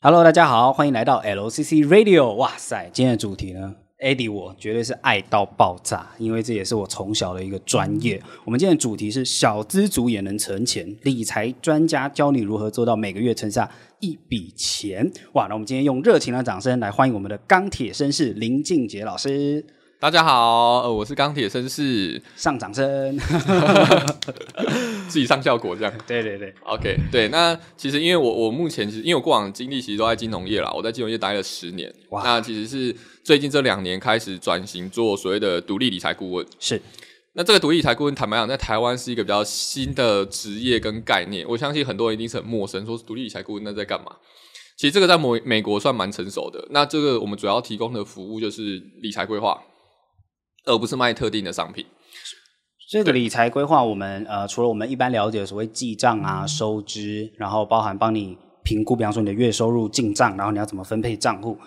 Hello，大家好，欢迎来到 LCC Radio。哇塞，今天的主题呢，Eddie 我绝对是爱到爆炸，因为这也是我从小的一个专业。我们今天的主题是小资族也能存钱，理财专家教你如何做到每个月存下一笔钱。哇，那我们今天用热情的掌声来欢迎我们的钢铁绅士林俊杰老师，大家好，呃，我是钢铁绅士， 上掌声。 自己上效果这样。对对对， OK，对，那其实因为我我目前其实因为我过往经历其实都在金融业啦，我在金融业待了十年，哇那其实是最近这两年开始转型做所谓的独立理财顾问。是那这个独立理财顾问，坦白讲，在台湾是一个比较新的职业跟概念，我相信很多人一定是很陌生，说独立理财顾问那在干嘛？其实这个在美美国算蛮成熟的。那这个我们主要提供的服务就是理财规划，而不是卖特定的商品。这个理财规划，我们呃，除了我们一般了解的所谓记账啊、嗯收支，然后包含帮你评估，比方说你的月收入、进账，然后你要怎么分配账户，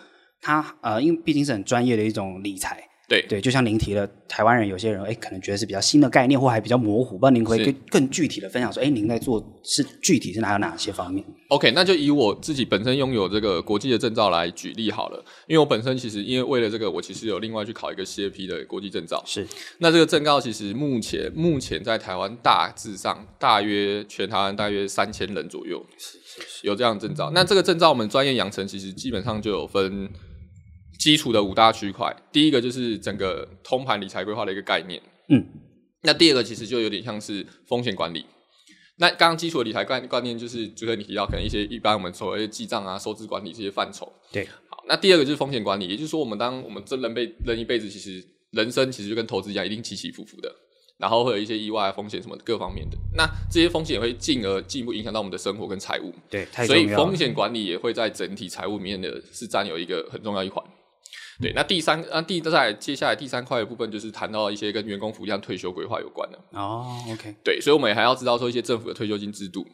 它呃，因为毕竟是很专业的一种理财。对对，就像您提了，台湾人有些人哎，可能觉得是比较新的概念，或还比较模糊。不知道您可以是更更具体的分享说，哎，您在做是具体是哪有哪些方面？ OK，那就以我自己本身拥有这个国际的证照来举例好了，因为我本身其实因为为了这个，我其实有另外去考一个 CFP 的国际证照。是那这个证照其实目前目前在台湾大致上大约全台湾大约三千人左右，有这样的证照。那这个证照我们专业养成其实基本上就有分基础的五大区块，第一个就是整个通盘理财规划的一个概念，嗯，那第二个其实就有点像是风险管理。那刚刚基础的理财概观念就是，就跟你提到可能一些一般我们所谓的记账啊、收支管理这些范畴。对，好，那第二个就是风险管理，也就是说，我们当我们真人被人一辈子，其实人生其实就跟投资一样，一定起起伏伏的，然后会有一些意外啊风险什么的各方面的。那这些风险也会进而进一步影响到我们的生活跟财务，对，太所以重要风了。险管理也会在整体财务里面的是占有一个很重要一环。对，那第三，那第再来接下来第三块的部分就是谈到一些跟员工福利和退休规划有关的。哦，OK，对，所以我们也还要知道说一些政府的退休金制度，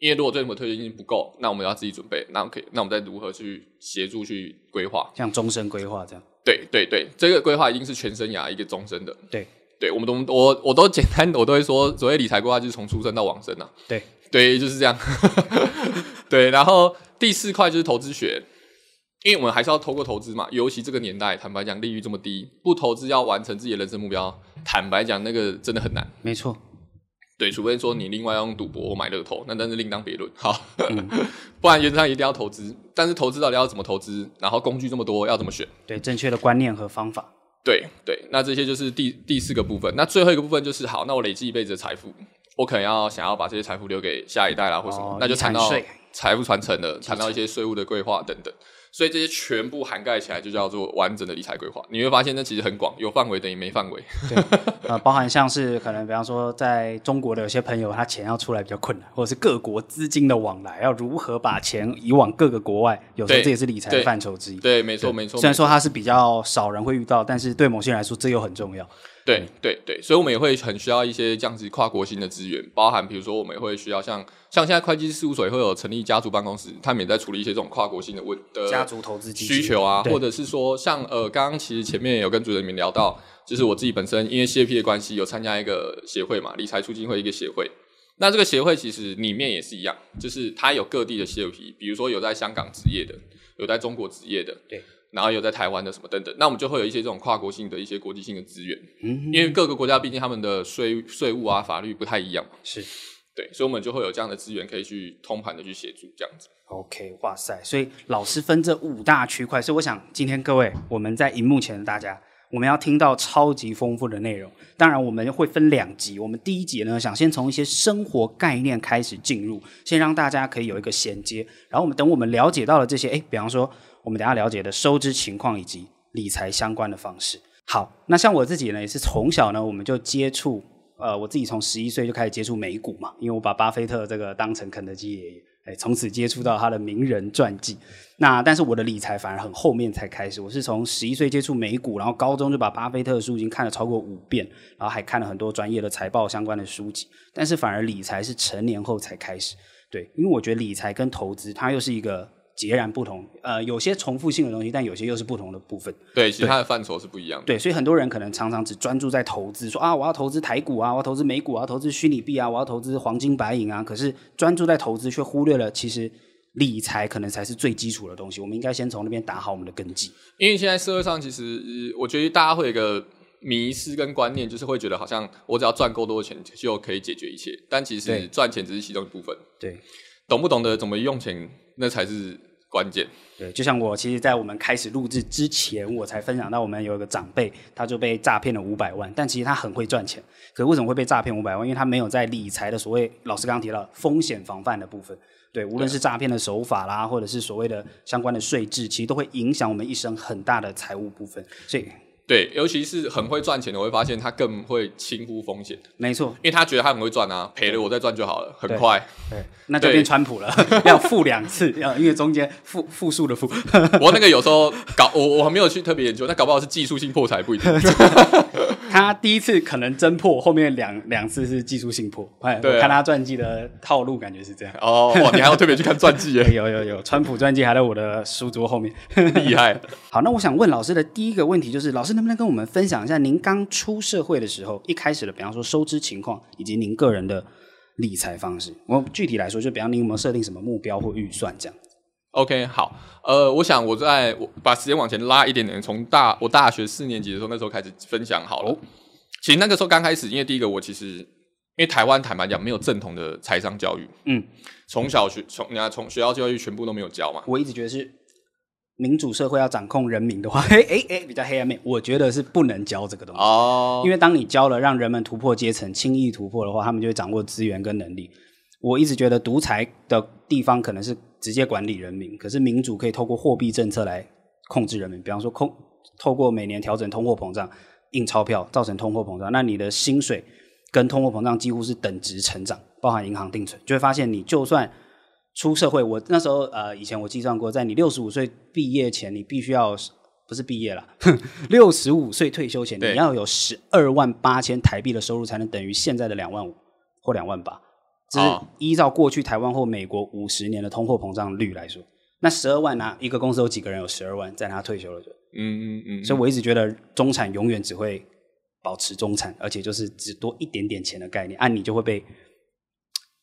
因为如果政府的退休金不够，那我们要自己准备，那可以，那我们再如何去协助去规划？像终身规划这样。对对对，这个规划一定是全生涯一个终身的。对对，我们都我我都简单，我都会说，所谓理财规划就是从出生到往生啊。对，对，就是这样。 对，然后第四块就是投资学，因为我们还是要透过投资嘛，尤其这个年代，坦白讲利率这么低，不投资要完成自己的人生目标，坦白讲那个真的很难。没错，对，除非说你另外要用赌博或买乐透，那但是另当别论。好， 不然原则上一定要投资，但是投资到底要怎么投资，然后工具这么多，要怎么选？对，正确的观念和方法。对对，那这些就是第第四个部分。那最后一个部分就是，好，那我累积一辈子的财富，我可能要想要把这些财富留给下一代啦，或什么，哦那就遗产谈到税财富传承的，谈到一些税务的规划等等。所以这些全部涵盖起来，就叫做完整的理财规划。你会发现，那其实很广，有范围等于没范围。呃，包含像是可能，比方说，在中国的有些朋友，他钱要出来比较困难，或者是各国资金的往来，要如何把钱移往各个国外，有时候对这也是理财的对范畴之一。对，没错，没错。虽没然错说它是比较少人会遇到，但是对某些人来说，这又很重要。对对对，所以我们也会很需要一些这样子跨国性的资源，包含比如说我们也会需要像像现在会计师事务所也会有成立家族办公室，他们也在处理一些这种跨国性的问呃的家族投资基金需求啊，对或者是说像呃，刚刚其实前面有跟主持人们聊到，就是我自己本身因为 CFP 的关系，有参加一个协会嘛，理财促进会一个协会。那这个协会其实里面也是一样，就是它有各地的 CFP，比如说有在香港职业的，有在中国职业的，对，然后有在台湾的什么等等。那我们就会有一些这种跨国性的一些国际性的资源，嗯，因为各个国家毕竟他们的税税务啊、法律不太一样嘛，是对，所以我们就会有这样的资源可以去通盘的去协助这样子。 OK，哇塞！所以老师分这五大区块，所以我想今天各位我们在荧幕前的大家，我们要听到超级丰富的内容。当然，我们会分两集。我们第一集呢，想先从一些生活概念开始进入，先让大家可以有一个衔接。然后我们等我们了解到了这些，哎，比方说我们等一下了解的收支情况以及理财相关的方式。好，那像我自己呢，也是从小呢，我们就接触，呃，我自己从十一岁就开始接触美股嘛，因为我把巴菲特这个当成肯德基爷爷，哎，从此接触到他的名人传记。那但是我的理财反而很后面才开始，我是从十一岁接触美股，然后高中就把巴菲特的书已经看了超过五遍，然后还看了很多专业的财报相关的书籍，但是反而理财是成年后才开始。对，因为我觉得理财跟投资它又是一个截然不同，呃，有些重复性的东西，但有些又是不同的部分。对，其实它的范畴是不一样的。对，所以很多人可能常常只专注在投资，说啊，我要投资台股啊，我要投资美股啊，我要投资虚拟币啊，我要投资黄金白银啊。可是专注在投资，却忽略了其实理财可能才是最基础的东西，我们应该先从那边打好我们的根基。因为现在社会上其实，呃我觉得大家会有一个迷失跟观念，就是会觉得好像我只要赚够多的钱就可以解决一切，但其对实赚钱只是其中一部分，对懂不懂得怎么用钱，那才是关键。对，就像我其实，在我们开始录制之前，我才分享到我们有一个长辈，他就被诈骗了五百万，但其实他很会赚钱，可是为什么会被诈骗五百万？因为他没有在理财的所谓老师刚刚提到风险防范的部分。对，无论是诈骗的手法啦，或者是所谓的相关的税制，其实都会影响我们一生很大的财务部分。所以，对，尤其是很会赚钱的，我会发现他更会轻忽风险，没错，因为他觉得他很会赚啊，赔了我再赚就好了，很快。对，那就变川普了， 要付两次，要因为中间复复数的复，我那个有时候搞我我还没有去特别研究，那搞不好是技术性破 财不一定。他第一次可能真破，后面两两次是技术性破。哎，对啊我看他传记的套路感觉是这样。哦，哇，你还要特别去看传记耶，有有有，川普传记还在我的书桌后面。 厉害。好，那我想问老师的第一个问题就是，老师能不能跟我们分享一下您刚出社会的时候，一开始的，比方说收支情况，以及您个人的理财方式？我具体来说，就比方您有没有设定什么目标或预算这样？ OK，好，呃，我想我在我把时间往前拉一点点，从大我大学四年级的时候，那时候开始分享好了。哦其实那个时候刚开始，因为第一个我其实因为台湾坦白讲没有正统的财商教育，嗯，从小学从你看从学校教育全部都没有教嘛，我一直觉得是民主社会要掌控人民的话， 哎哎哎，比较黑暗面，我觉得是不能教这个东西。哦因为当你教了让人们突破阶层、轻易突破的话，他们就会掌握资源跟能力。我一直觉得独裁的地方可能是直接管理人民，可是民主可以透过货币政策来控制人民，比方说控透过每年调整通货膨胀、印钞票造成通货膨胀，那你的薪水跟通货膨胀几乎是等值成长，包含银行定存，就会发现你就算出社会，我那时候呃以前我计算过，在你六十五岁毕业前，你必须要不是毕业 了，六十五岁退休前，对你要有十二万八千台币的收入，才能等于现在的两万五或两万八。这是哦依照过去台湾或美国五十年的通货膨胀率来说，那十二万呢、一个公司有几个人有十二万在拿退休了就？嗯嗯嗯，所以我一直觉得中产永远只会保持中产，而且就是只多一点点钱的概念，啊按、你就会被。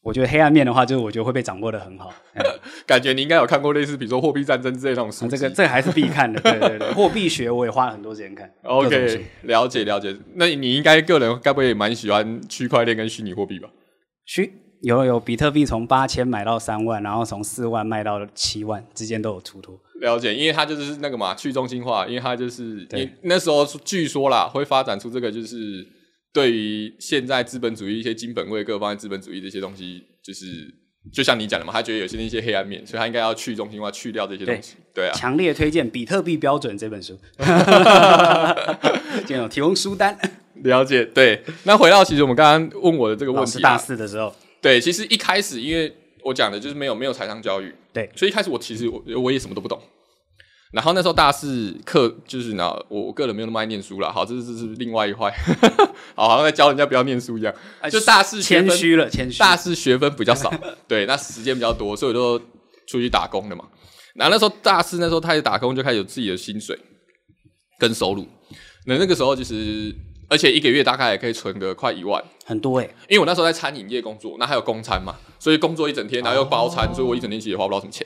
我觉得黑暗面的话，就是我觉得会被掌握的很好。嗯感觉你应该有看过类似比如说货币战争之类那种书啊这籍。个这个还是必 看的，对对对，货币学我也花了很多时间看。各种书 OK，了解了解。那你应该个人该不会也蛮喜欢区块链跟虚拟货币吧？虚有有比特币从八千买到三万，然后从四万卖到七万之间都有出脱。了解，因为它就是那个嘛，去中心化，因为它就是对你那时候据说啦，会发展出这个就是对于现在资本主义一些金本位各方面资本主义这些东西，就是嗯就像你讲的嘛，他觉得有些那些黑暗面，所以他应该要去中心化，去掉这些东西。对啊，强烈推荐《比特币标准》这本 书，今天有提供书单。了解。对，那回到其实我们刚刚问我的这 个问老师题、大啊，四的时候，对，其实一开始因为我讲的就是没有没有财商教育，对所以一开始我其实我我也什么都不懂。然后那时候大四课就是呢，我我个人没有那么爱念书啦。好，这是这是另外一块， 好好像在教人家不要念书一样。就大四学哎谦分，虚了，谦虚。大四学分比较少，对，那时间比较多，所以我就出去打工了嘛。然后那时候大四那时候开始打工，就开始有自己的薪水跟收入。那那个时候其实，而且一个月大概也可以存个快一万，很多哎、因为我那时候在餐饮业工作，那还有公餐嘛，所以工作一整天，然后又包哦餐，所以我一整天其实也花不到什么钱。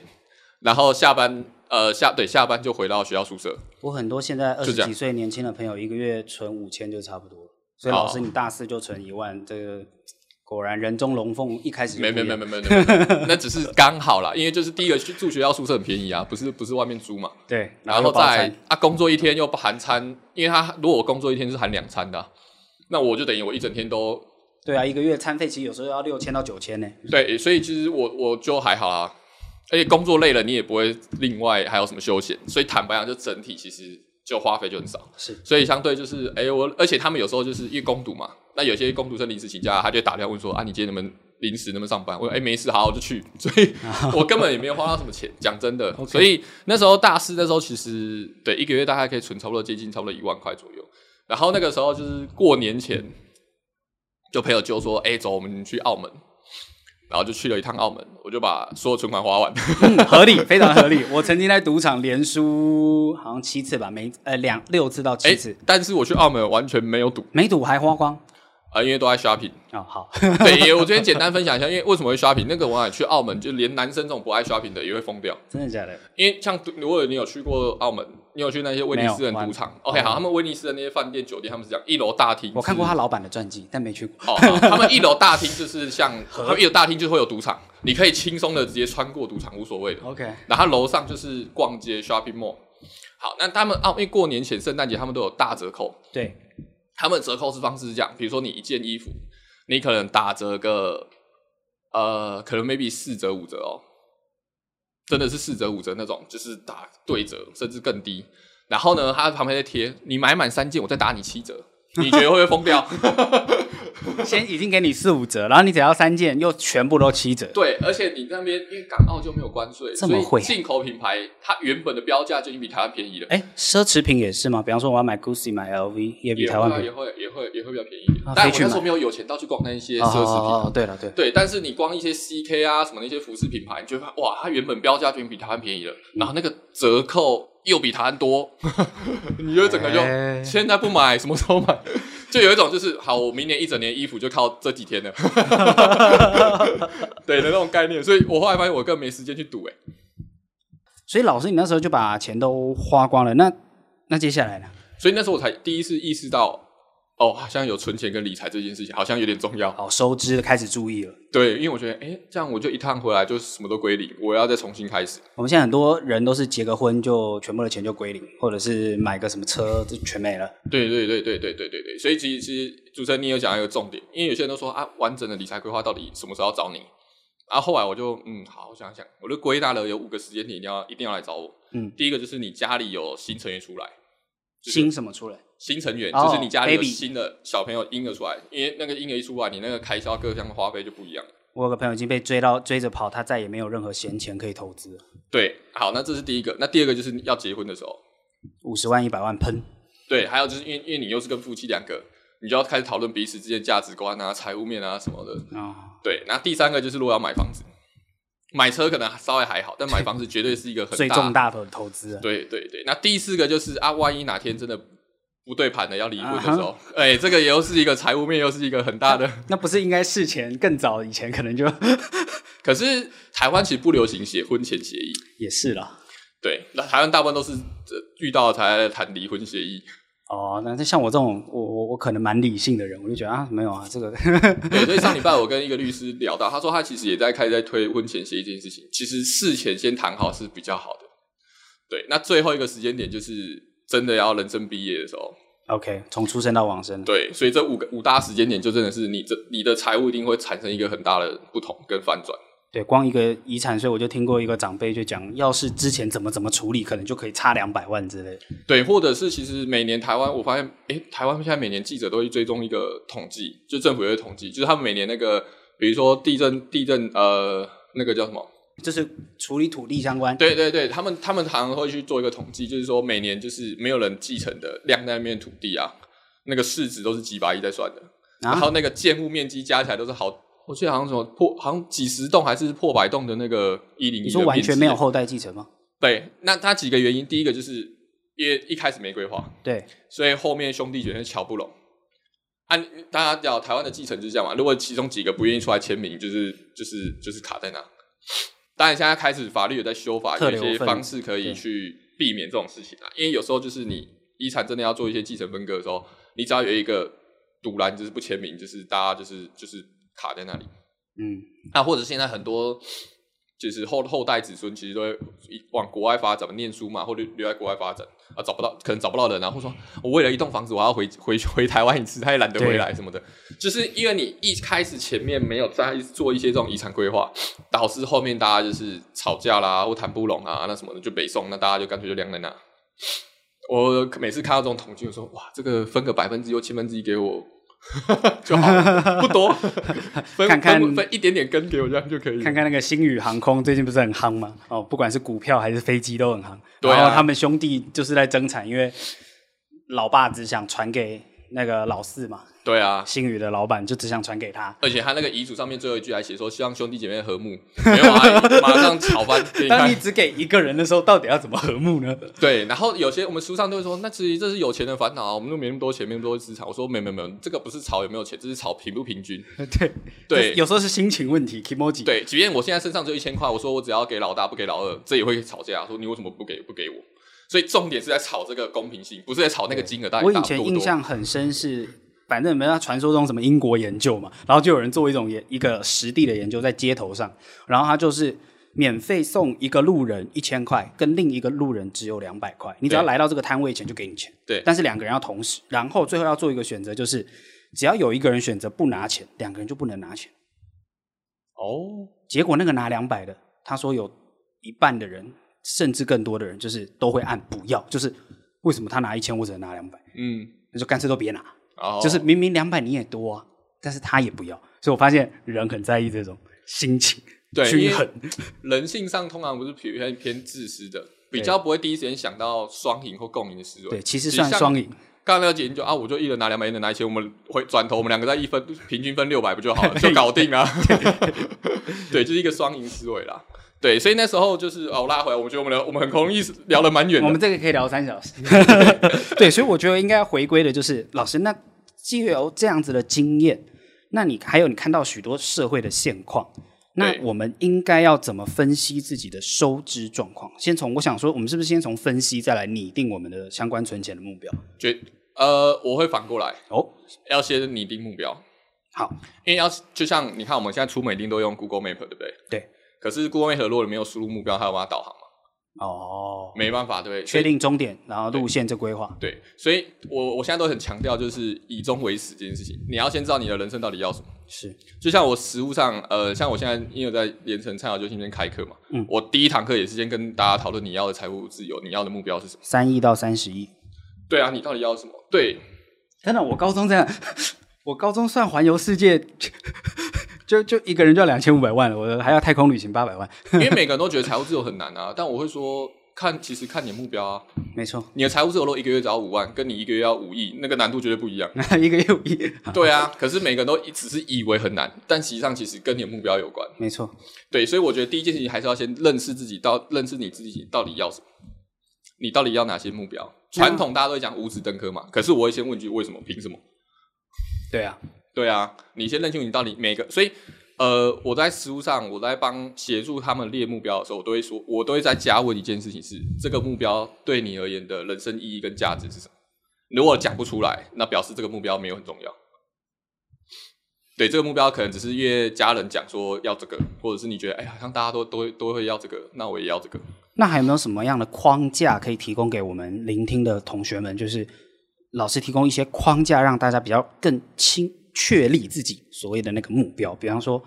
然后下班，呃，下对下班就回到学校宿舍。我很多现在二就十这样几岁年轻的朋友，一个月存五千就差不多了。所以哦老师，你大四就存一万，这个果然人中龙凤，一开始就没不没一没样没没没，没没那只是刚好啦，因为就是第一个去住学校宿舍很便宜啊，不是不是外面租嘛。对，然后后又包再餐啊工作一天又不含餐，因为他如果我工作一天是含两餐的啊、那我就等于我一整天都对啊，一个月餐费其实有时候要六千到九千呢。对，所以其实我我就还好啦，而且工作累了你也不会另外还有什么休闲，所以坦白讲，就整体其实就花费就很少。是，所以相对就是，哎、我而且他们有时候就是因为工读嘛，那有些工读生临时请假，他就打电话问说啊，你今天能不能临时能不能上班？我说哎、没事，好，我就去。 所以我根本也没有花到什么钱，讲真的。所以那时候大四那时候其实对一个月大概可以存差不多接近差不多一万块左右。然后那个时候就是过年前，就朋友就说，哎、走，我们去澳门。然后就去了一趟澳门，我就把所有存款花完。 嗯合理，非常合理。我曾经在赌场连输好像七次吧，每呃两六次到哎七次，，但是我去澳门完全没有赌，每赌还花光。啊，因为都在 shopping。哦，好， 对，也我昨天简单分享一下，因为为什么会 shopping？那个我想去澳门，就连男生这种不爱 shopping 的也会疯掉。真的假的？因为像如果你有去过澳门，你有去那些威尼斯人赌场，OK，好，他们威尼斯的那些饭店、酒店，他们是讲一楼大厅，我看过他老板的传记，但没去过。哦， 好他们一楼大厅就是像，他们一楼大厅就会有赌场，你可以轻松的直接穿过赌场，无所谓的。 OK，然后楼上就是逛街 shopping mall。好，那他们澳哦因为过年前圣诞节他们都有大折扣，对，他们折扣是方式是这样，比如说你一件衣服，你可能打折个呃，可能 maybe 四折五折哦，真的是四折五折那种，就是打对折甚至更低。然后呢，他旁边在贴，你买满三件，我再打你七折，你觉得会不会疯掉？ 先已经给你四五折，然后你只要三件，又全部都七折。对，而且你那边因为港澳就没有关税，这所么会啊以进口品牌它原本的标价就已经比台湾便宜了。哎，奢侈品也是吗？比方说我要买 Gucci、买 LV，也比也台会湾啊便宜。也会也会也会比较便宜一点啊，可以但我去那时候买没有有钱到去逛那一些哦奢侈品，哦，对了对了，对，但是你光一些 CK 啊什么那些服饰品牌，你就会发现哇，它原本标价就已经比台湾便宜了，然后那个折扣又比台湾多， 你就整个就、哎现在不买，什么时候买？ 就有一种就是好，我明年一整年衣服就靠这几天了， 对的那种概念。所以我后来发现我根本没时间去赌、欸，所以老师，你那时候就把钱都花光了，那那接下来呢？所以那时候我才第一次意识到，哦，好像有存钱跟理财这件事情好像有点重要。好，收支开始注意了。对，因为我觉得，哎、这样我就一趟回来就什么都归零，我要再重新开始。我们现在很多人都是结个婚就全部的钱就归零，或者是买个什么车就全没了。对对对对对对对对，所以其实其实主持人你有讲到一个重点，因为有些人都说啊，完整的理财规划到底什么时候要找你？啊，后来我就嗯，好，我想想，我就归纳了有五个时间点，一定要一定要来找我。嗯第一个就是你家里有新成员出来，就是新什么出来？新成员、哦就是你家里有 baby 新的小朋友婴儿出来，因为那个婴儿一出来，你那个开销各项花费就不一样。我有个朋友已经被追到追着跑，他再也没有任何闲钱可以投资了，对，好，那这是第一个。那第二个就是你要结婚的时候，五十万、一百万喷。对，还有就是因为因为你又是跟夫妻两个，你就要开始讨论彼此之间的价值观啊、财务面啊什么的。啊、对，那第三个就是如果要买房子，买车可能稍微还好，但买房子绝对是一个 很最大重。大的投资了。对对对，那第四个就是啊，万一哪天真的不对盘了要离婚的时啊候， 哎、这个又是一个财务面，又是一个 很大的。那不是应该事前更早以前可能就 可是台湾其实不流行写婚前协议，也是了。对，那台湾大部分都是呃遇到才来谈离婚协议。哦，那像我这种，我我我可能蛮理性的人，我就觉得啊，没有啊，这个对，所以上礼拜我跟一个律师聊到，他说他其实也在开始在推婚前协议这件事情，其实事前先谈好是比较好的。对，那最后一个时间点就是真的要人生毕业的时候。 OK，从出生到往生。对，所以这五个五大时间点就真的是你这你的财务一定会产生一个很大的不同跟反转。对，光一个遗产税，我就听过一个长辈就讲，要是之前怎么怎么处理，可能就可以差两百万之类的。对，或者是其实每年台湾，我发现，诶，台湾现在每年记者都会追踪一个统计，就政府有一个统计，就是他们每年那个，比如说地震地震呃那个叫什么就是处理土地相关。对对对，他们他们常常会去做一个统计，就是说每年就是没有人继承的晾在那面土地啊，那个市值都是几百亿在算的，啊然后那个建物面积加起来都是好，我记得好像什么破，好像几十栋还是破百栋的那个一零一，你说完全没有后代继承吗？对，那它几个原因，第一个就是因为一开始没规划，对，所以后面兄弟姐妹瞧不拢。啊，你大家讲台湾的继承就是这样嘛，如果其中几个不愿意出来签名，就是就是就是卡在那。当然，现在开始法律有在修法，特有留一份些方式可以去避免这种事情啊。因为有时候就是你遗产真的要做一些继承分割的时候，你只要有一个独栏就是不签名，就是大家就是就是卡在那里。嗯，那或者现在很多就是后后代子孙其实都会往国外发展嘛，念书嘛，或者留在国外发展啊，找不到可能找不到人啊，或者说我为了一栋房子我要回回回台湾一次，他也懒得回来什么的，就是因为你一开始前面没有在做一些这种遗产规划，导致后面大家就是吵架啦或谈不拢啊，那什么的就北宋，那大家就干脆就晾在那。我每次看到这种统计，我说哇，这个分个百分之一或千分之一给我 就好了，不 多，分看看分分一点点根给我，这样就可以了。看看那个星宇航空最近不是很夯吗？哦，不管是股票还是飞机都很夯。对啊然后他们兄弟就是在争产，因为老爸只想传给那个老四嘛，对啊，新宇的老板就只想传给他，而且他那个遗嘱上面最后一句还写说希望兄弟姐妹和睦， 没有啊，马上吵翻给你当看你。只给一个人的时候，到底要怎么和睦呢？ 对，然后有些我们书上都会说，那其实这是有钱人的烦恼啊，我们都没那么多钱，没那么多资产。我说没没没，这个不是吵有没有钱，这是吵平不平均。对对有时候是心情问题，emoji。对，即便我现在身上只有一千块，我说我只要给老大不给老二，这也会吵架，说你为什么不给不给我？所以重点是在吵这个公平性，不是在吵那个金额到底我大以不多前多。印象很深是，反正没有传说中什么英国研究嘛，然后就有人做一种研一个实地的研究在街头上，然后他就是免费送一个路人一千块，跟另一个路人只有两百块，你只要对来到这个摊位前就给你钱。对但是两个人要同时，然后最后要做一个选择，就是只要有一个人选择不拿钱，两个人就不能拿钱。哦，结果那个拿两百的，他说有一半的人，甚至更多的人，就是都会按不要，就是为什么他拿一千，我只能拿两百，嗯，哦那就干脆都别拿。然后就是明明两百你也多啊，但是他也不要，所以我发现人很在意这种心情对均因为衡。人性上通常不是偏偏自私的，比较不会第一时间想到双赢或共赢的思维。对，其实其实算像双赢，刚刚那个姐姐就啊，我就一人拿两百，一人拿一千，我们会转头，我们两个再一分，平均分六百不就好 了，就搞定了。对，就是一个双赢思维啦。对，所以那时候就是哦，我拉回来，我觉得我们聊，我们很容易聊得蛮远我的。们这个可以聊三小时。 对，所以我觉得应该回归的就是老师，那既有这样子的经验，那你还有你看到许多社会的现况，那对我们应该要怎么分析自己的收支状况？先从我想说，我们是不是先从分析再来拟定我们的相关存钱的目标？觉呃，我会反过来，哦，要先拟定目标，好，因为要就像你看，我们现在出门一定都用 Google Map，对不对？对。可可是 Google Map 如果你没有输入目标，它有办法导航吗？哦，没办法，对不对？确定终点，然后路线这规划，对，所以我我现在都很强调，就是以终为始这件事情。你要先知道你的人生到底要什么。是就像我实务上，呃，像我现在因为在连城菜鸟就训边开课嘛，嗯我第一堂课也是先跟大家讨论你要的财务自由，你要的目标是什么？三亿到三十亿。对啊，你到底要什么？对，真的，我高中这样， 我高中算环游世界， 就就一个人就要两千五百万了，我还要太空旅行八百万，因为每个人都觉得财务自由很难啊，但我会说，看其实看你的目标啊，没错， 你的财务自由如果一个月只要五万，跟你一个月要五亿，那个难度绝对不一样。一个月五亿，对啊，可是每个人都只是以为很难，但实际上其实跟你的目标有关。没错，对，所以我觉得第一件事情还是要先认识自己，到认识你自己到底要什么，你到底要哪些目标。传统大家都会讲五子登科嘛，可是我会先问一句为什么，凭什么？对啊，对啊，你先认清楚你到底每个，所以呃，我在实务上，我在帮协助他们列目标的时候，我都会说，我都会再加问一件事情是：这个目标对你而言的人生意义跟价值是什么？如果讲不出来，那表示这个目标没有很重要。对，这个目标可能只是因为家人讲说要这个，或者是你觉得哎，好像大家都都会都会要这个，那我也要这个。那还有没有什么样的框架可以提供给我们聆听的同学们？就是老师提供一些框架，让大家比较更清确立自己所谓的那个目标，比方说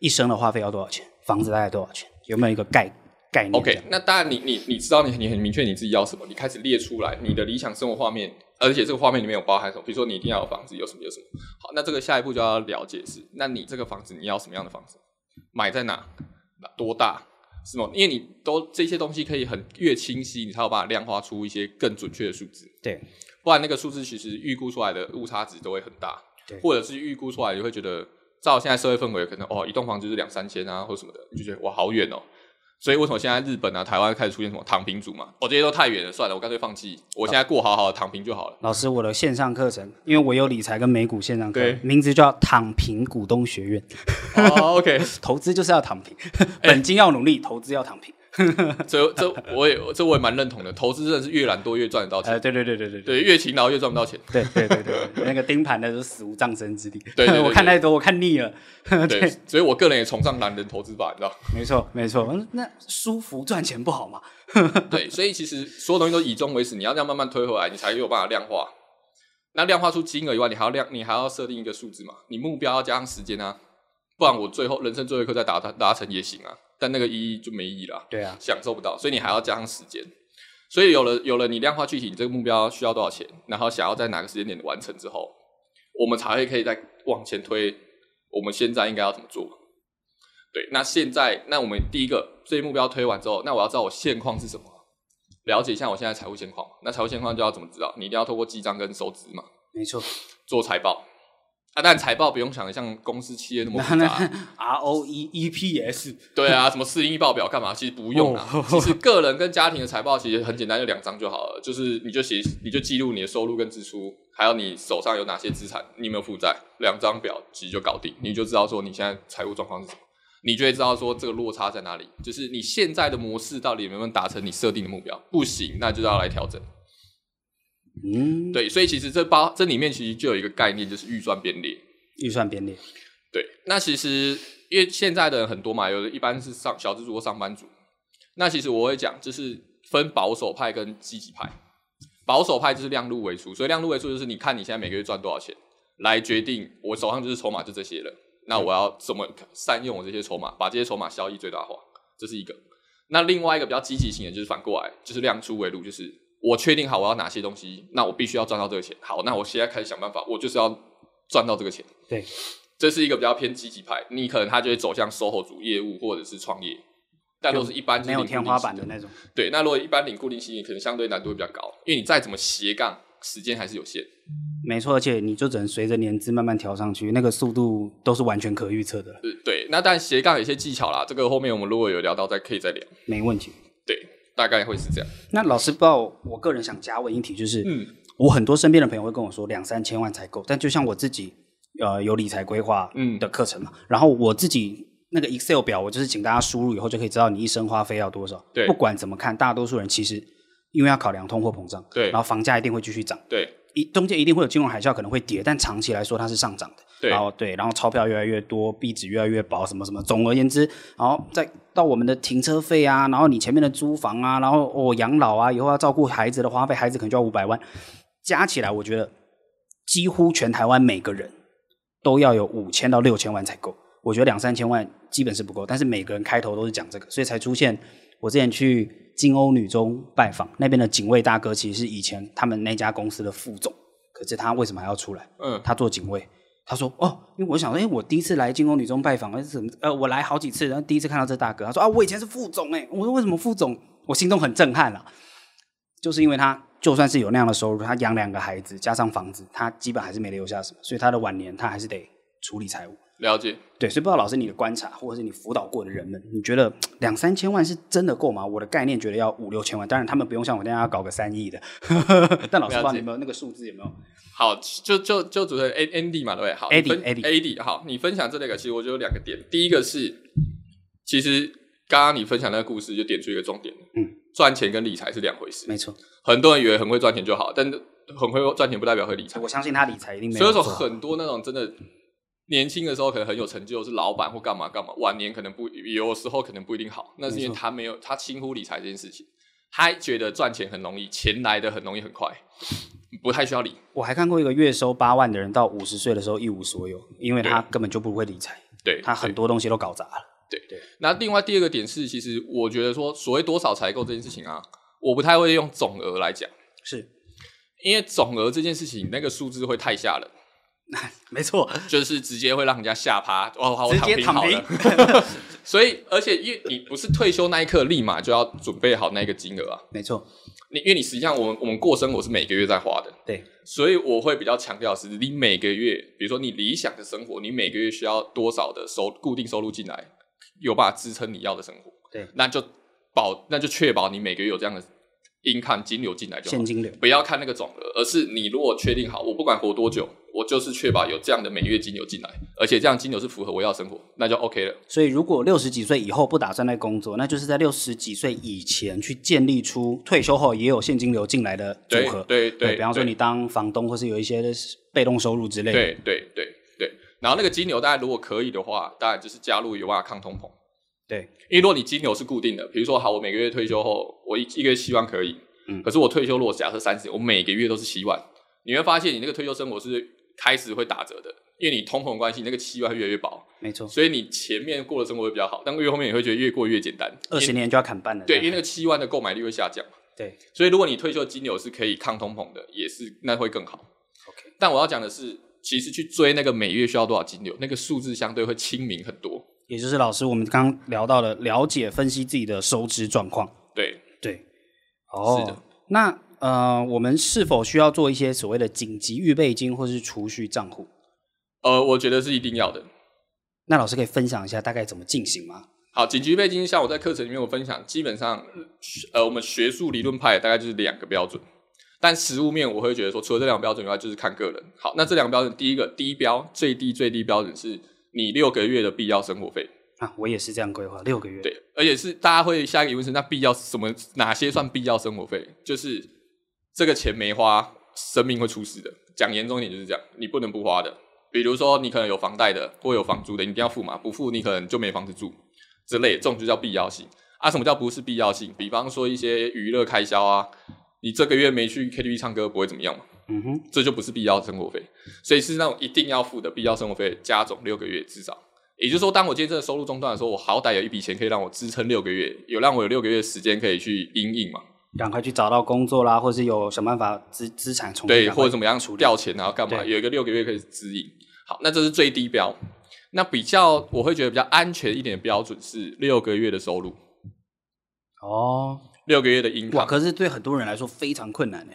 一生的花费要多少钱，房子大概多少钱，有没有一个概概念 OK，那当然你，你你知道你你很明确你自己要什么，你开始列出来你的理想生活画面，而且这个画面里面有包含什么？比如说你一定要有房子，有什么有什么。好，那这个下一步就要了解是，那你这个房子你要什么样的房子，买在哪，多大，是吗？因为你都这些东西可以很越清晰，你才有办法量化出一些更准确的数字，对，不然那个数字其实预估出来的误差值都会很大对，或者是预估出来你会觉得，照现在社会氛围，可能哦一栋房就是两三千啊或什么的，你就觉得哇好远哦。所以为什么现在日本啊、台湾开始出现什么躺平族嘛？哦，这些都太远了，算了，我干脆放弃，我现在过好好的躺平就 好了。老师，我的线上课程，因为我有理财跟美股线上课对，名字叫“躺平股东学院哦，OK，”，投资就是要躺 平，哎本金要努力，投资要躺平。这这我也这我也蛮认同的，投资真的是越懒惰越赚得到钱，呃，对对对对对对对，越勤劳越赚不到钱。对对对对，对那个盯盘的都是死无葬身之地。对对对 对我看太多，我看腻了。对，所以我个人也崇尚懒人投资法，你知道。没错没错，嗯那舒服赚钱不好吗？ 对，所以其实所有东西都以终为始，你要这样慢慢推回来，你才有办法量化。那量化出金额以外，你还要量，你还要设定一个数字嘛？你目标要加上时间啊，不然我最后人生最后一刻再达达成也行啊，但那个意义就没意义了，对啊，享受不到，所以你还要加上时间。所以有了有了你量化具体你这个目标需要多少钱，然后想要在哪个时间点完成之后，我们才会可以再往前推，我们现在应该要怎么做？对，那现在那我们第一个这些目标推完之后，那我要知道我现况是什么，了解一下我现在财务现况。那财务现况就要怎么知道？你一定要透过记账跟收支嘛。没错做财报。啊，但财报不用想的像公司企业那么那复那杂， R O E E P S，对啊，什么四零一报表干嘛？其实不用啊。其实个人跟家庭的财报其实很简单，就两张就好了。就是你就写，你就记录你的收入跟支出，还有你手上有哪些资产，你有没有负债，两张表其实就搞定，你就知道说你现在财务状况是什么，你就会知道说这个落差在哪里，就是你现在的模式到底有没有达成你设定的目标，不行那就要来调整。嗯，对，所以其实这包这里面其实就有一个概念，就是预算编列。预算编列，对，那其实因为现在的人很多嘛，有的一般是上小资族或上班族。那其实我会讲，就是分保守派跟积极派。保守派就是量入为出，所以量入为出就是你看你现在每个月赚多少钱，来决定我手上就是筹码就这些了，那我要怎么善用我这些筹码，把这些筹码效益最大化，这是一个。那另外一个比较积极型的，就是反过来，就是量出为入，就是我确定好我要哪些东西，那我必须要赚到这个钱。好，那我现在开始想办法，我就是要赚到这个钱。对，这是一个比较偏积极派，你可能他就会走向 SOHO 主业务或者是创业，但都是一般就是没有领固天定花型板的的那种，对，那如果一般领固定薪，可能相对难度会比较高，因为你再怎么斜杠，时间还是有限。没错，而且你就只能随着年资慢慢调上去，那个速度都是完全可预测的，呃，对，那但斜杠有一些技巧啦，这个后面我们如果有聊到再可以再聊。没问题。对，大概会是这样。那老师报，我个人想加问一题，就是，嗯，我很多身边的朋友会跟我说两三千万才够，但就像我自己，呃，有理财规划嗯的课程嘛，然后我自己那个 Excel 表，我就是请大家输入以后就可以知道你一生花费要多少。对不管怎么看，大多数人其实因为要考量通货膨胀，对然后房价一定会继续涨，对一中间一定会有金融海啸，可能会跌，但长期来说它是上涨的。对然后对，然后钞票越来越多，币值越来越薄，什么什么。总而言之，然后再到我们的停车费啊，然后你前面的租房啊，然后哦养老啊，以后要照顾孩子的花费，孩子可能就要五百万，加起来我觉得几乎全台湾每个人都要有五千到六千万才够。我觉得两三千万基本是不够，但是每个人开头都是讲这个，所以才出现我之前去金欧女中拜访那边的警卫大哥，其实是以前他们那家公司的副总，可是他为什么还要出来？嗯，他做警卫。他说：“哦，因为我想说，哎，我第一次来金工女中拜访，哎，怎么？呃，我来好几次，然后第一次看到这大哥。他说啊，我以前是副总，哎，我说为什么副总？我心中很震撼啦，就是因为他就算是有那样的收入，他养两个孩子，加上房子，他基本还是没留下什么，所以他的晚年他还是得处理财务。了解。对，所以不知道老师你的观察，或者是你辅导过的人们，你觉得两三千万是真的够吗？我的概念觉得要五六千万，当然他们不用像我那样要搞个三亿的， 呃但老师不知道了解你有没有那个数字有没有？好，就就就主持人 A- Andy 嘛，对不对？好 Eddie，你分 Eddie Andy，好，你分享这类个，其实我就有两个点。第一个是，其实刚刚你分享那个故事就点出一个重点，嗯，赚钱跟理财是两回事。没错，很多人以为很会赚钱就好，但很会赚钱不代表会理财。我相信他理财一定没所以有说做好很多那种真的年轻的时候可能很有成就，是老板或干嘛干嘛，晚年可能不有时候可能不一定好，那是因为没错他没有他轻忽理财这件事情，他觉得赚钱很容易，钱来的很容易很快，不太需要理。我还看过一个月收八万的人，到五十岁的时候一无所有，因为他根本就不会理财，对，他很对多东西都搞砸了。那另外第二个点是，其实我觉得说所谓多少采购这件事情啊，我不太会用总额来讲，是，因为总额这件事情那个数字会太吓人，没错，就是直接会让人家吓趴。哦，好，我直躺接平躺好平了。所以，而且因为你不是退休那一刻立马就要准备好那个金额啊， 没错，你因为你实际上我们我们过生活是每个月在花的，对，所以我会比较强调的是你每个月，比如说你理想的生活，你每个月需要多少的收固定收入进来，有办法支撑你要的生活，对那就保那就确保你每个月有这样的 income 金流进来就好现，金流不要看那个总额，而是你如果确定好，我不管活多久，我就是确保有这样的每月金流进来，而且这样金流是符合我要的生活，那就 OK 了。所以，如果六十几岁以后不打算再工作，那就是在六十几岁以前去建立出退休后也有现金流进来的组对合。对对，比方说对你当房东，或是有一些被动收入之类的。，对对对对，然后那个金流，大家如果可以的话，当然就是加入有办法抗通膨。对，因为如果你金流是固定的，比如说好，我每个月退休后，我一一个月希望可以，嗯可是我退休如果假设三十，我每个月都是七万，你会发现你那个退休生活是开始会打折的，因为你通膨关系，那个七万会越来越薄，没错，所以你前面过的生活会比较好，但越后面你会觉得越过越简单，二十年就要砍半了。对，因为那个七万的购买力会下降。对所以如果你退休金流是可以抗通膨的，也是那会更好。 ，OK，但我要讲的是，其实去追那个每月需要多少金流，那个数字相对会亲民很多。也就是老师我们刚刚聊到的，了解分析自己的收支状况。对，对，哦，是的那呃，我们是否需要做一些所谓的紧急预备金或是储蓄账户？呃，我觉得是一定要的。那老师可以分享一下大概怎么进行吗？好，紧急预备金，像我在课程里面有分享，基本上，呃，我们学术理论派大概就是两个标准，但实物面我会觉得说，除了这两个标准以外，就是看个人。好，那这两个标准，第一个低标最低最低标准是你六个月的必要生活费，啊，我也是这样规划，六个月。对，而且是大家会下一个疑问是，那必要什么？哪些算必要生活费？就是这个钱没花，生命会出事的。讲严重一点就是这样，你不能不花的。比如说，你可能有房贷的，或有房租的，你一定要付嘛，不付你可能就没房子住之类，这种就叫必要性。啊，什么叫不是必要性？比方说一些娱乐开销啊，你这个月没去 KTV 唱歌不会怎么样嘛，嗯哼，这就不是必要生活费，所以是那种一定要付的必要生活费，加总六个月至少。也就是说，当我今天真的收入中断的时候，我好歹有一笔钱可以让我支撑六个月，有让我有六个月时间可以去阴应嘛，赶快去找到工作啦，或是有想办法资资产重新对，赶或快者怎么样调钱然后干嘛，对有一个六个月可以指引。好，那这是最低标。那比较我会觉得比较安全一点的标准是六个月的收入，哦，六个月的 income。哇，可是对很多人来说非常困难呢，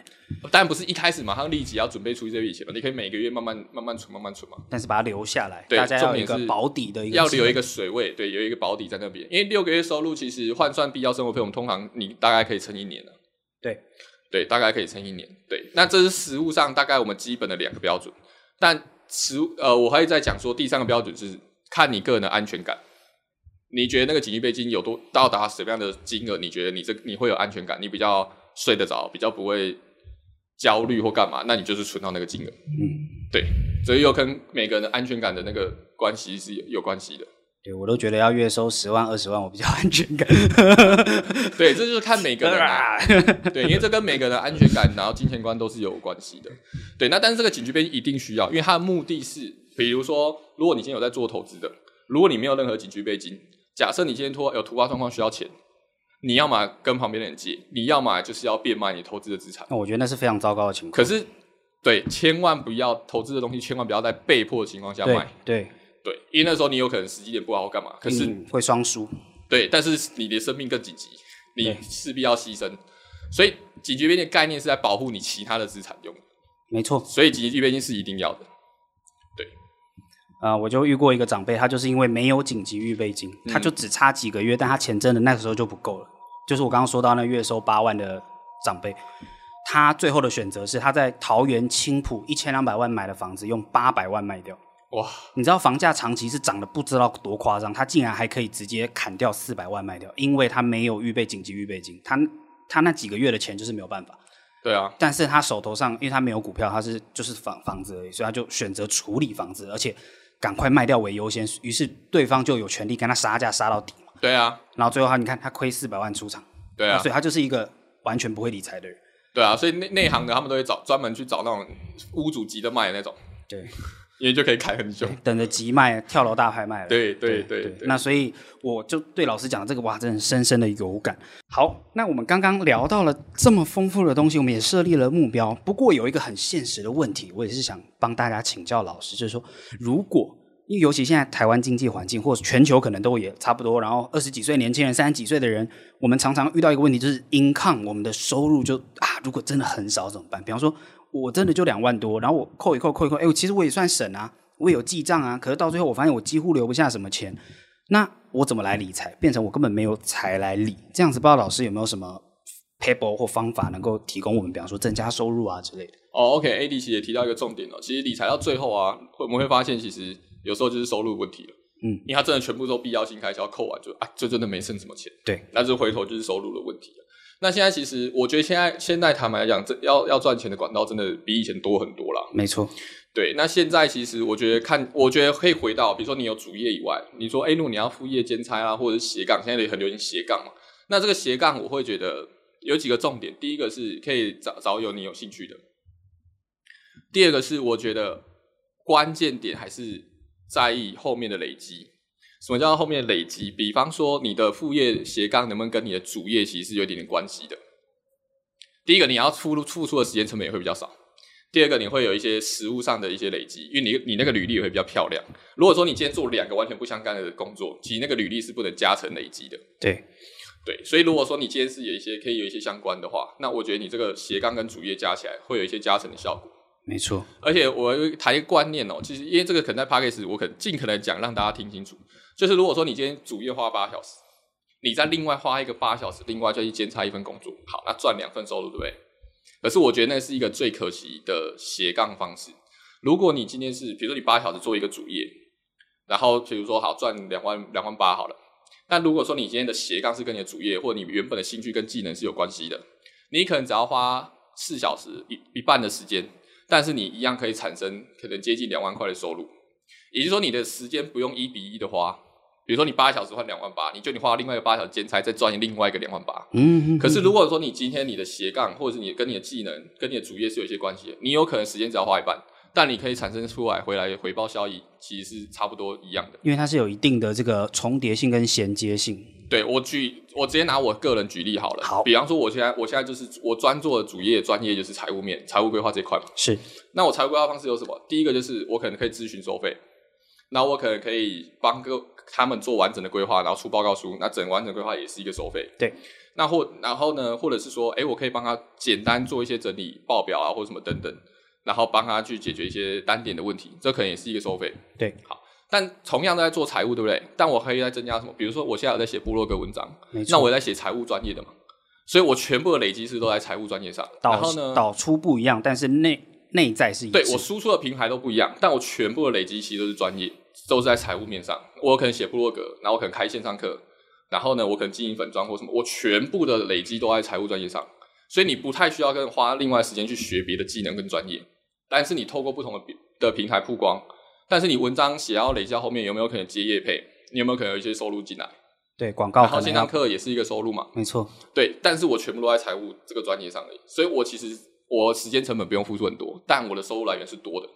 当然不是一开始马上立即要准备出这笔钱嘛，你可以每个月慢慢慢慢存，慢慢存嘛，但是把它留下来，对大家要有一重点个是保底的一个要留一个个水位，对，有一个保底在那边。因为六个月收入其实换算必要生活费，我们通常你大概可以撑一年了、啊对对，大概可以撑一年。对，那这是实物上大概我们基本的两个标准，但实物呃，我还在讲说第三个标准是看你个人的安全感。你觉得那个紧急备金有多到达什么样的金额？你觉得你这你会有安全感，你比较睡得着，比较不会焦虑或干嘛？那你就是存到那个金额。嗯。对，所以又跟每个人的安全感的那个关系是有有关系的。对，我都觉得要月收十万、二十万，我比较安全 感。对，这就是看每个人、啊。 对，因为这跟每个人的安全感，然后金钱观都是有关系的。对，那但是这个警局边一定需要，因为它的目的是，比如说，如果你今天有在做投资的，如果你没有任何警局背景，假设你今天突有突发状况需要钱，你要么跟旁边的人借，你要么就是要变卖你投资的资产。 那我觉得那是非常糟糕的情况。可是，对，千万不要投资的东西，千万不要在被迫的情况下对卖。对，对，因为那时候你有可能时机点不好或干嘛，可是嗯会双输。对，但是你的生命更紧急，你对势必要牺牲。所以紧急预备金的概念是在保护你其他的资产用的，没错，所以紧急预备金是一定要的。啊、我就遇过一个长辈，他就是因为没有紧急预备金，嗯他就只差几个月，但他钱真的那个时候就不够了。就是我刚刚说到那月收八万的长辈，他最后的选择是他在桃园青浦一千两百万买的房子，用八百万卖掉。哇，你知道房价长期是涨得不知道多夸张，他竟然还可以直接砍掉四百万卖掉，因为他没有预备紧急预备金，他他那几个月的钱就是没有办法。对啊，但是他手头上，因为他没有股票，他是就是房房子而已，所以他就选择处理房子，而且赶快卖掉为优先。于是对方就有权利跟他杀价杀到底嘛。对啊，然后最后他你看他亏四百万出场，对啊，所以他就是一个完全不会理财的人。对啊，所以内内行的他们都会找专门去找那种屋主急着卖的那种， 对，因为就可以砍很久。等着急卖跳楼大拍卖了。对对对对对对那所以我就对老师讲的这个哇，真的深深的有感。好，那我们刚刚聊到了这么丰富的东西，我们也设立了目标。不过有一个很现实的问题，我也是想帮大家请教老师，就是说，如果因为尤其现在台湾经济环境，或者全球可能都也差不多，然后二十几岁年轻人、三十几岁的人，我们常常遇到一个问题，就是 income 我们的收入就啊，如果真的很少怎么办？比方说，我真的就两万多，然后我扣一扣扣一扣，哎，我其实我也算省啊，我也有记账啊，可是到最后我发现我几乎留不下什么钱，那我怎么来理财？变成我根本没有财来理，这样子不知道老师有没有什么 paper 或方法能够提供我们，比方说增加收入啊之类的。哦，OK，A D 其实也提到一个重点哦，其实理财到最后啊，我们会发现其实有时候就是收入问题了。嗯，因为它真的全部都必要性开销扣完就啊，就真的没剩什么钱。对，那就回头就是收入的问题了。那现在其实我觉得现在现在坦白讲，这要要赚钱的管道真的比以前多很多啦。没错，对，那现在其实我觉得看，我觉得可以回到，比如说你有主业以外，你说哎，如果你要副业兼差啊，或者是斜杠，现在也很流行斜杠嘛。那这个斜杠，我会觉得有几个重点，第一个是可以找找有你有兴趣的，第二个是我觉得关键点还是在意后面的累积。什么叫后面的累积？比方说你的副业斜杠能不能跟你的主业其实是有一点点关系的。第一个，你要付入付出的时间成本也会比较少。第二个，你会有一些实物上的一些累积，因为你你那个履历也会比较漂亮。如果说你今天做两个完全不相干的工作，其实那个履历是不能加成累积的。对，对，所以如果说你今天是有一些可以有一些相关的话，那我觉得你这个斜杠跟主业加起来会有一些加成的效果。没错，而且我有一谈一个观念哦、其实因为这个可能在 p a c k a g e 我可能尽可能讲让大家听清楚，就是如果说你今天主业花八小时，你再另外花一个八小时，另外再去兼差一份工作，好，那赚两份收入，对不对？可是我觉得那是一个最可惜的斜杠方式。如果你今天是，比如说你八小时做一个主业，然后比如说好赚两万两万八好了，但如果说你今天的斜杠是跟你的主业或者你原本的兴趣跟技能是有关系的，你可能只要花四小时一一半的时间，但是你一样可以产生可能接近两万块的收入，也就是说你的时间不用一比一的花。比如说你八小时换两万八，你就你花另外一个八小时兼差再赚另外一个两万八，嗯，可是如果说你今天你的斜杠，或者是你跟你的技能、跟你的主业是有一些关系的，你有可能时间只要花一半，但你可以产生出来回来回报效益，其实是差不多一样的。因为它是有一定的这个重叠性跟衔接性，对我举，我直接拿我个人举例好了。好比方说我现在我现在就是我专做的主业专业就是财务面、财务规划这一块嘛。是那我财务规划方式有什么？第一个就是我可能可以咨询收费，那我可能可以帮个他们做完整的规划，然后出报告书，那整完整规划也是一个收费。对。那或然后呢，或者是说，哎，我可以帮他简单做一些整理报表啊，或什么等等，然后帮他去解决一些单点的问题，这可能也是一个收费。对，好，但同样都在做财务，对不对？但我可以再增加什么？比如说，我现在有在写部落格文章，没错。那我也在写财务专业的嘛，所以我全部的累积是都在财务专业上。然后导呢，导出不一样，但是内内在是一致。对我输出的平台都不一样，但我全部的累积其实都是专业，都是在财务面上。我可能写部落格，然后我可能开线上课，然后呢，我可能经营粉砖或什么，我全部的累积都在财务专业上，所以你不太需要跟花另外时间去学别的技能跟专业。但是你透过不同的平的平台曝光，但是你文章写到累积到后面，有没有可能接业配？你有没有可能有一些收入进来？对广告然后哦可能线上要课也是一个收入嘛？没错，对，但是我全部都在财务这个专业上而已，所以我其实我时间成本不用付出很多，但我的收入来源是多的，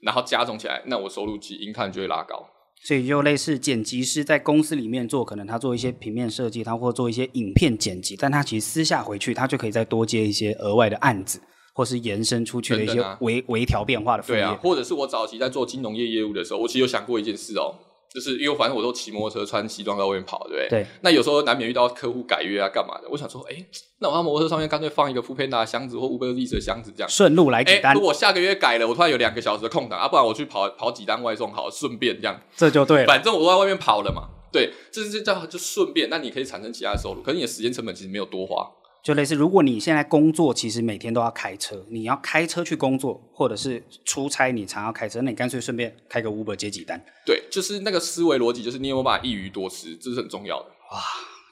然后加总起来，那我收入及 income 就会拉高。所以就类似剪辑师在公司里面做，可能他做一些平面设计，他或做一些影片剪辑，但他其实私下回去，他就可以再多接一些额外的案子，或是延伸出去的一等些等啊微微调变化的副对业。啊，或者是我早期在做金融业业务的时候，我其实有想过一件事哦，就是因为反正我都骑摩托车、穿西装在外面跑，对不对？对那有时候难免遇到客户改约啊、干嘛的，我想说，哎，那我在摩托车上面干脆放一个 f o o Panda 的箱子或 Uber Eats 的箱子这样。顺路来几哎，单，如果下个月改了，我突然有两个小时的空档，啊，不然我去跑跑几单外送好了，顺便这样。这就对了。啊反正我都在外面跑了嘛。对，这是叫就顺便，那你可以产生其他的收入，可是你的时间成本其实没有多花。就类似，如果你现在工作，其实每天都要开车，你要开车去工作，或者是出差，你常要开车，那你干脆顺便开个 Uber 接几单，对，就是那个思维逻辑，就是你有没有办法一鱼多吃，这是很重要的。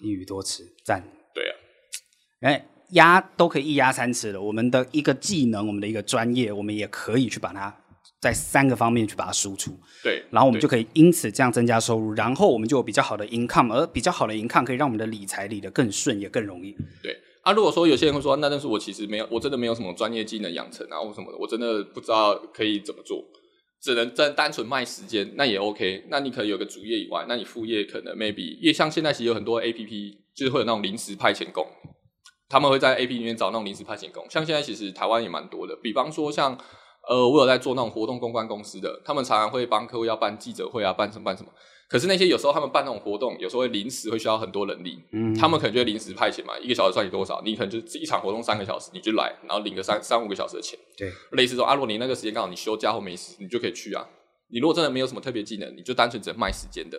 一鱼多吃，赞。对啊，哎，压都可以一压三吃了。我们的一个技能，我们的一个专业，我们也可以去把它在三个方面去把它输出，对，然后我们对就可以因此这样增加收入，然后我们就有比较好的 income，而比较好的 income 可以让我们的理财理得更顺，也更容易。对啊。如果说有些人会说，那但是我其实没有，我真的没有什么专业技能养成啊，或什么的，我真的不知道可以怎么做，只能真单纯卖时间，那也 OK。那你可能有个主业以外，那你副业可能 maybe，因为像现在其实有很多 APP 就是会有那种临时派遣工，他们会在 A P P 里面找那种临时派遣工，像现在其实台湾也蛮多的，比方说像呃，我有在做那种活动公关公司的，他们常常会帮客户要办记者会啊，办什么办什么。可是那些有时候他们办那种活动，有时候会临时会需要很多人力，嗯他们可能就会临时派遣嘛，一个小时算你多少，你可能就一场活动三个小时，你就来，然后领个三三五个小时的钱，对，类似说啊，如果你那个时间刚好你休假或没事，你就可以去啊。你如果真的没有什么特别技能，你就单纯只能卖时间的，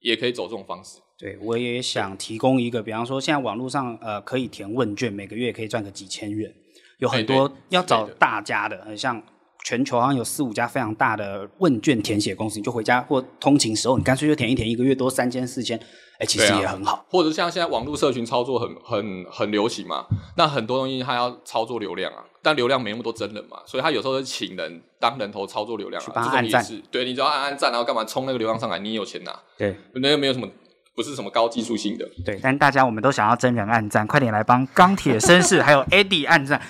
也可以走这种方式。对，我也想提供一个，比方说现在网络上呃可以填问卷，每个月可以赚个几千元，有很哎多对要之类找的大家的，很像全球好像有四五家非常大的问卷填写公司，你就回家或通勤时候，你干脆就填一填，一个月多三千四千，哎，其实对啊也很好。或者像现在网络社群操作很很很流行嘛，那很多东西它要操作流量啊，但流量没那么多真人嘛，所以他有时候是请人当人头操作流量去啊，帮他这种按也是对，你只要按按赞，然后干嘛冲那个流量上来，你也有钱拿，对那个没有什么不是什么高技术性的，对，但大家我们都想要真人暗赞，快点来帮钢铁绅士还有 Eddie 暗 赞。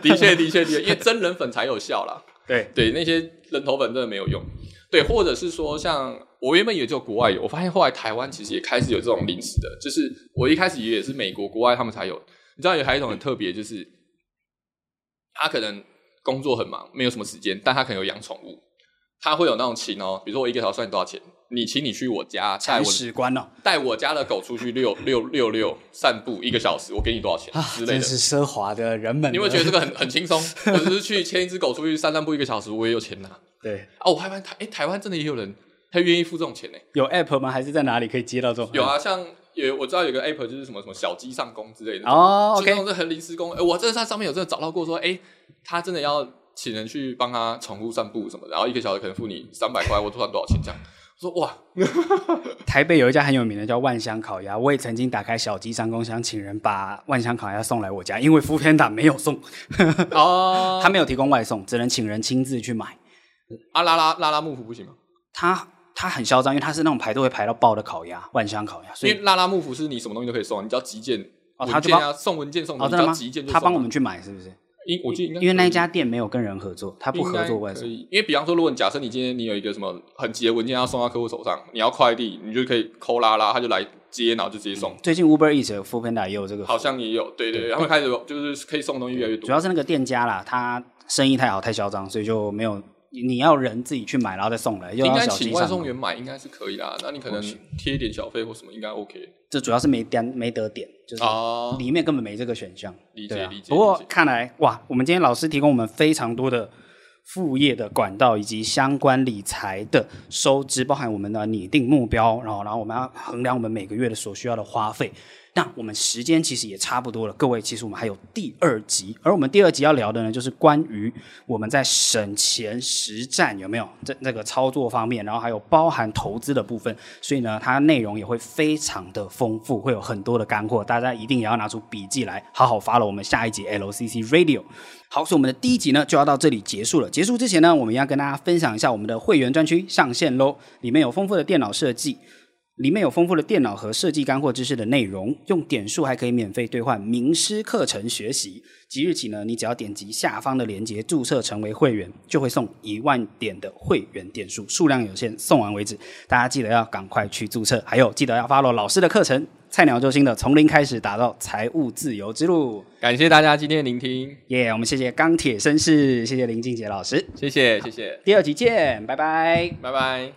的确的确的确，因为真人粉才有效啦，对，对，那些人头粉真的没有用，对，或者是说像我原本也就国外有，我发现后来台湾其实也开始有这种临时的，就是我一开始以为也是美国国外他们才有，你知道有还有一种很特别，就是他可能工作很忙，没有什么时间，但他可能有养宠物，他会有那种请哦，比如说我一个小时算你多少钱，你请你去我家 带铲我屎官哦，带我家的狗出去遛遛遛遛散步一个小时，我给你多少钱啊， 之类真的。是奢华的人们的。啊你会觉得这个很很 轻松，我只是去牵一只狗出去散散步一个小时，我也有钱拿啊！对我还发现台哎、台湾真的也有人他愿意付这种钱呢、有 app 吗？还是在哪里可以接到这种？有啊，像有我知道有个 app 就是什么什么小鸡上工之类的，哦就那，OK，种是很临时工。哎、我真的在上面有真的找到过说，哎、他真的要请人去帮他宠物散步什么的，然后一个小时可能付你三百块，我算多少钱这样。我说哇，台北有一家很有名的叫万香烤鸭，我也曾经打开小鸡三公箱，请人把万香烤鸭送来我家，因为 f o o Panda 没有送， 哦，他没有提供外送，只能请人亲自去买。啊拉拉拉拉幕府不行吗？他他很嚣张，因为他是那种排队会排到爆的烤鸭，万香烤鸭，所因以为拉拉幕府是你什么东西都可以送啊，你只要急件。哦他文就件啊，送文件送哦，东西，真的你只要吗急件？就他帮送我啊们去买是不是？因我记得应该因为那一可以家店没有跟人合作，他不合作外应该可送。以因为比方说，如果你假设你今天你有一个什么很急的文件要送到客户手上，你要快递，你就可以抠拉拉，他就来接，然后就直接送。最近 Uber Eats 有 f o o Panda 也有这个服务，好像也有，对对对，他们开始有就是可以送的东西越来越多主。要是那个店家啦，他生意太好太嚣张，所以就没有你要人自己去买，然后再送来，又应要该小请鸡外上送员门。买应该是可以啦，那你可能贴一点小费或什么应该 OK 这主要是没点没得点，就是哦，里面根本没这个选项。理对解啊理解。不过理解看来哇，我们今天老师提供我们非常多的 副业的管道以及相关理财的收支，包含我们的拟定目标，然后然后我们要衡量我们每个月的所需要的花费。那我们时间其实也差不多了，各位，其实我们还有第二集，而我们第二集要聊的呢，就是关于我们在省钱实战有没有这那个操作方面，然后还有包含投资的部分，所以呢，它内容也会非常的丰富，会有很多的干货，大家一定也要拿出笔记来，好好发了我们下一集 LCC Radio。好，所以我们的第一集呢就要到这里结束了。结束之前呢，我们要跟大家分享一下我们的会员专区上线喽，里面有丰富的电脑设计。里面有丰富的电脑和设计干货知识的内容，用点数还可以免费兑换名师课程学习。即日起呢，你只要点击下方的链接注册成为会员，就会送一万点的会员点数，数量有限，送完为止。大家记得要赶快去注册，还有记得要 follow 老师的课程。菜鸟救星的从零开始打造财务自由之路，感谢大家今天的聆听，耶、我们谢谢钢铁绅士，谢谢林俊杰老师，谢谢谢谢，第二集见，拜拜。拜拜。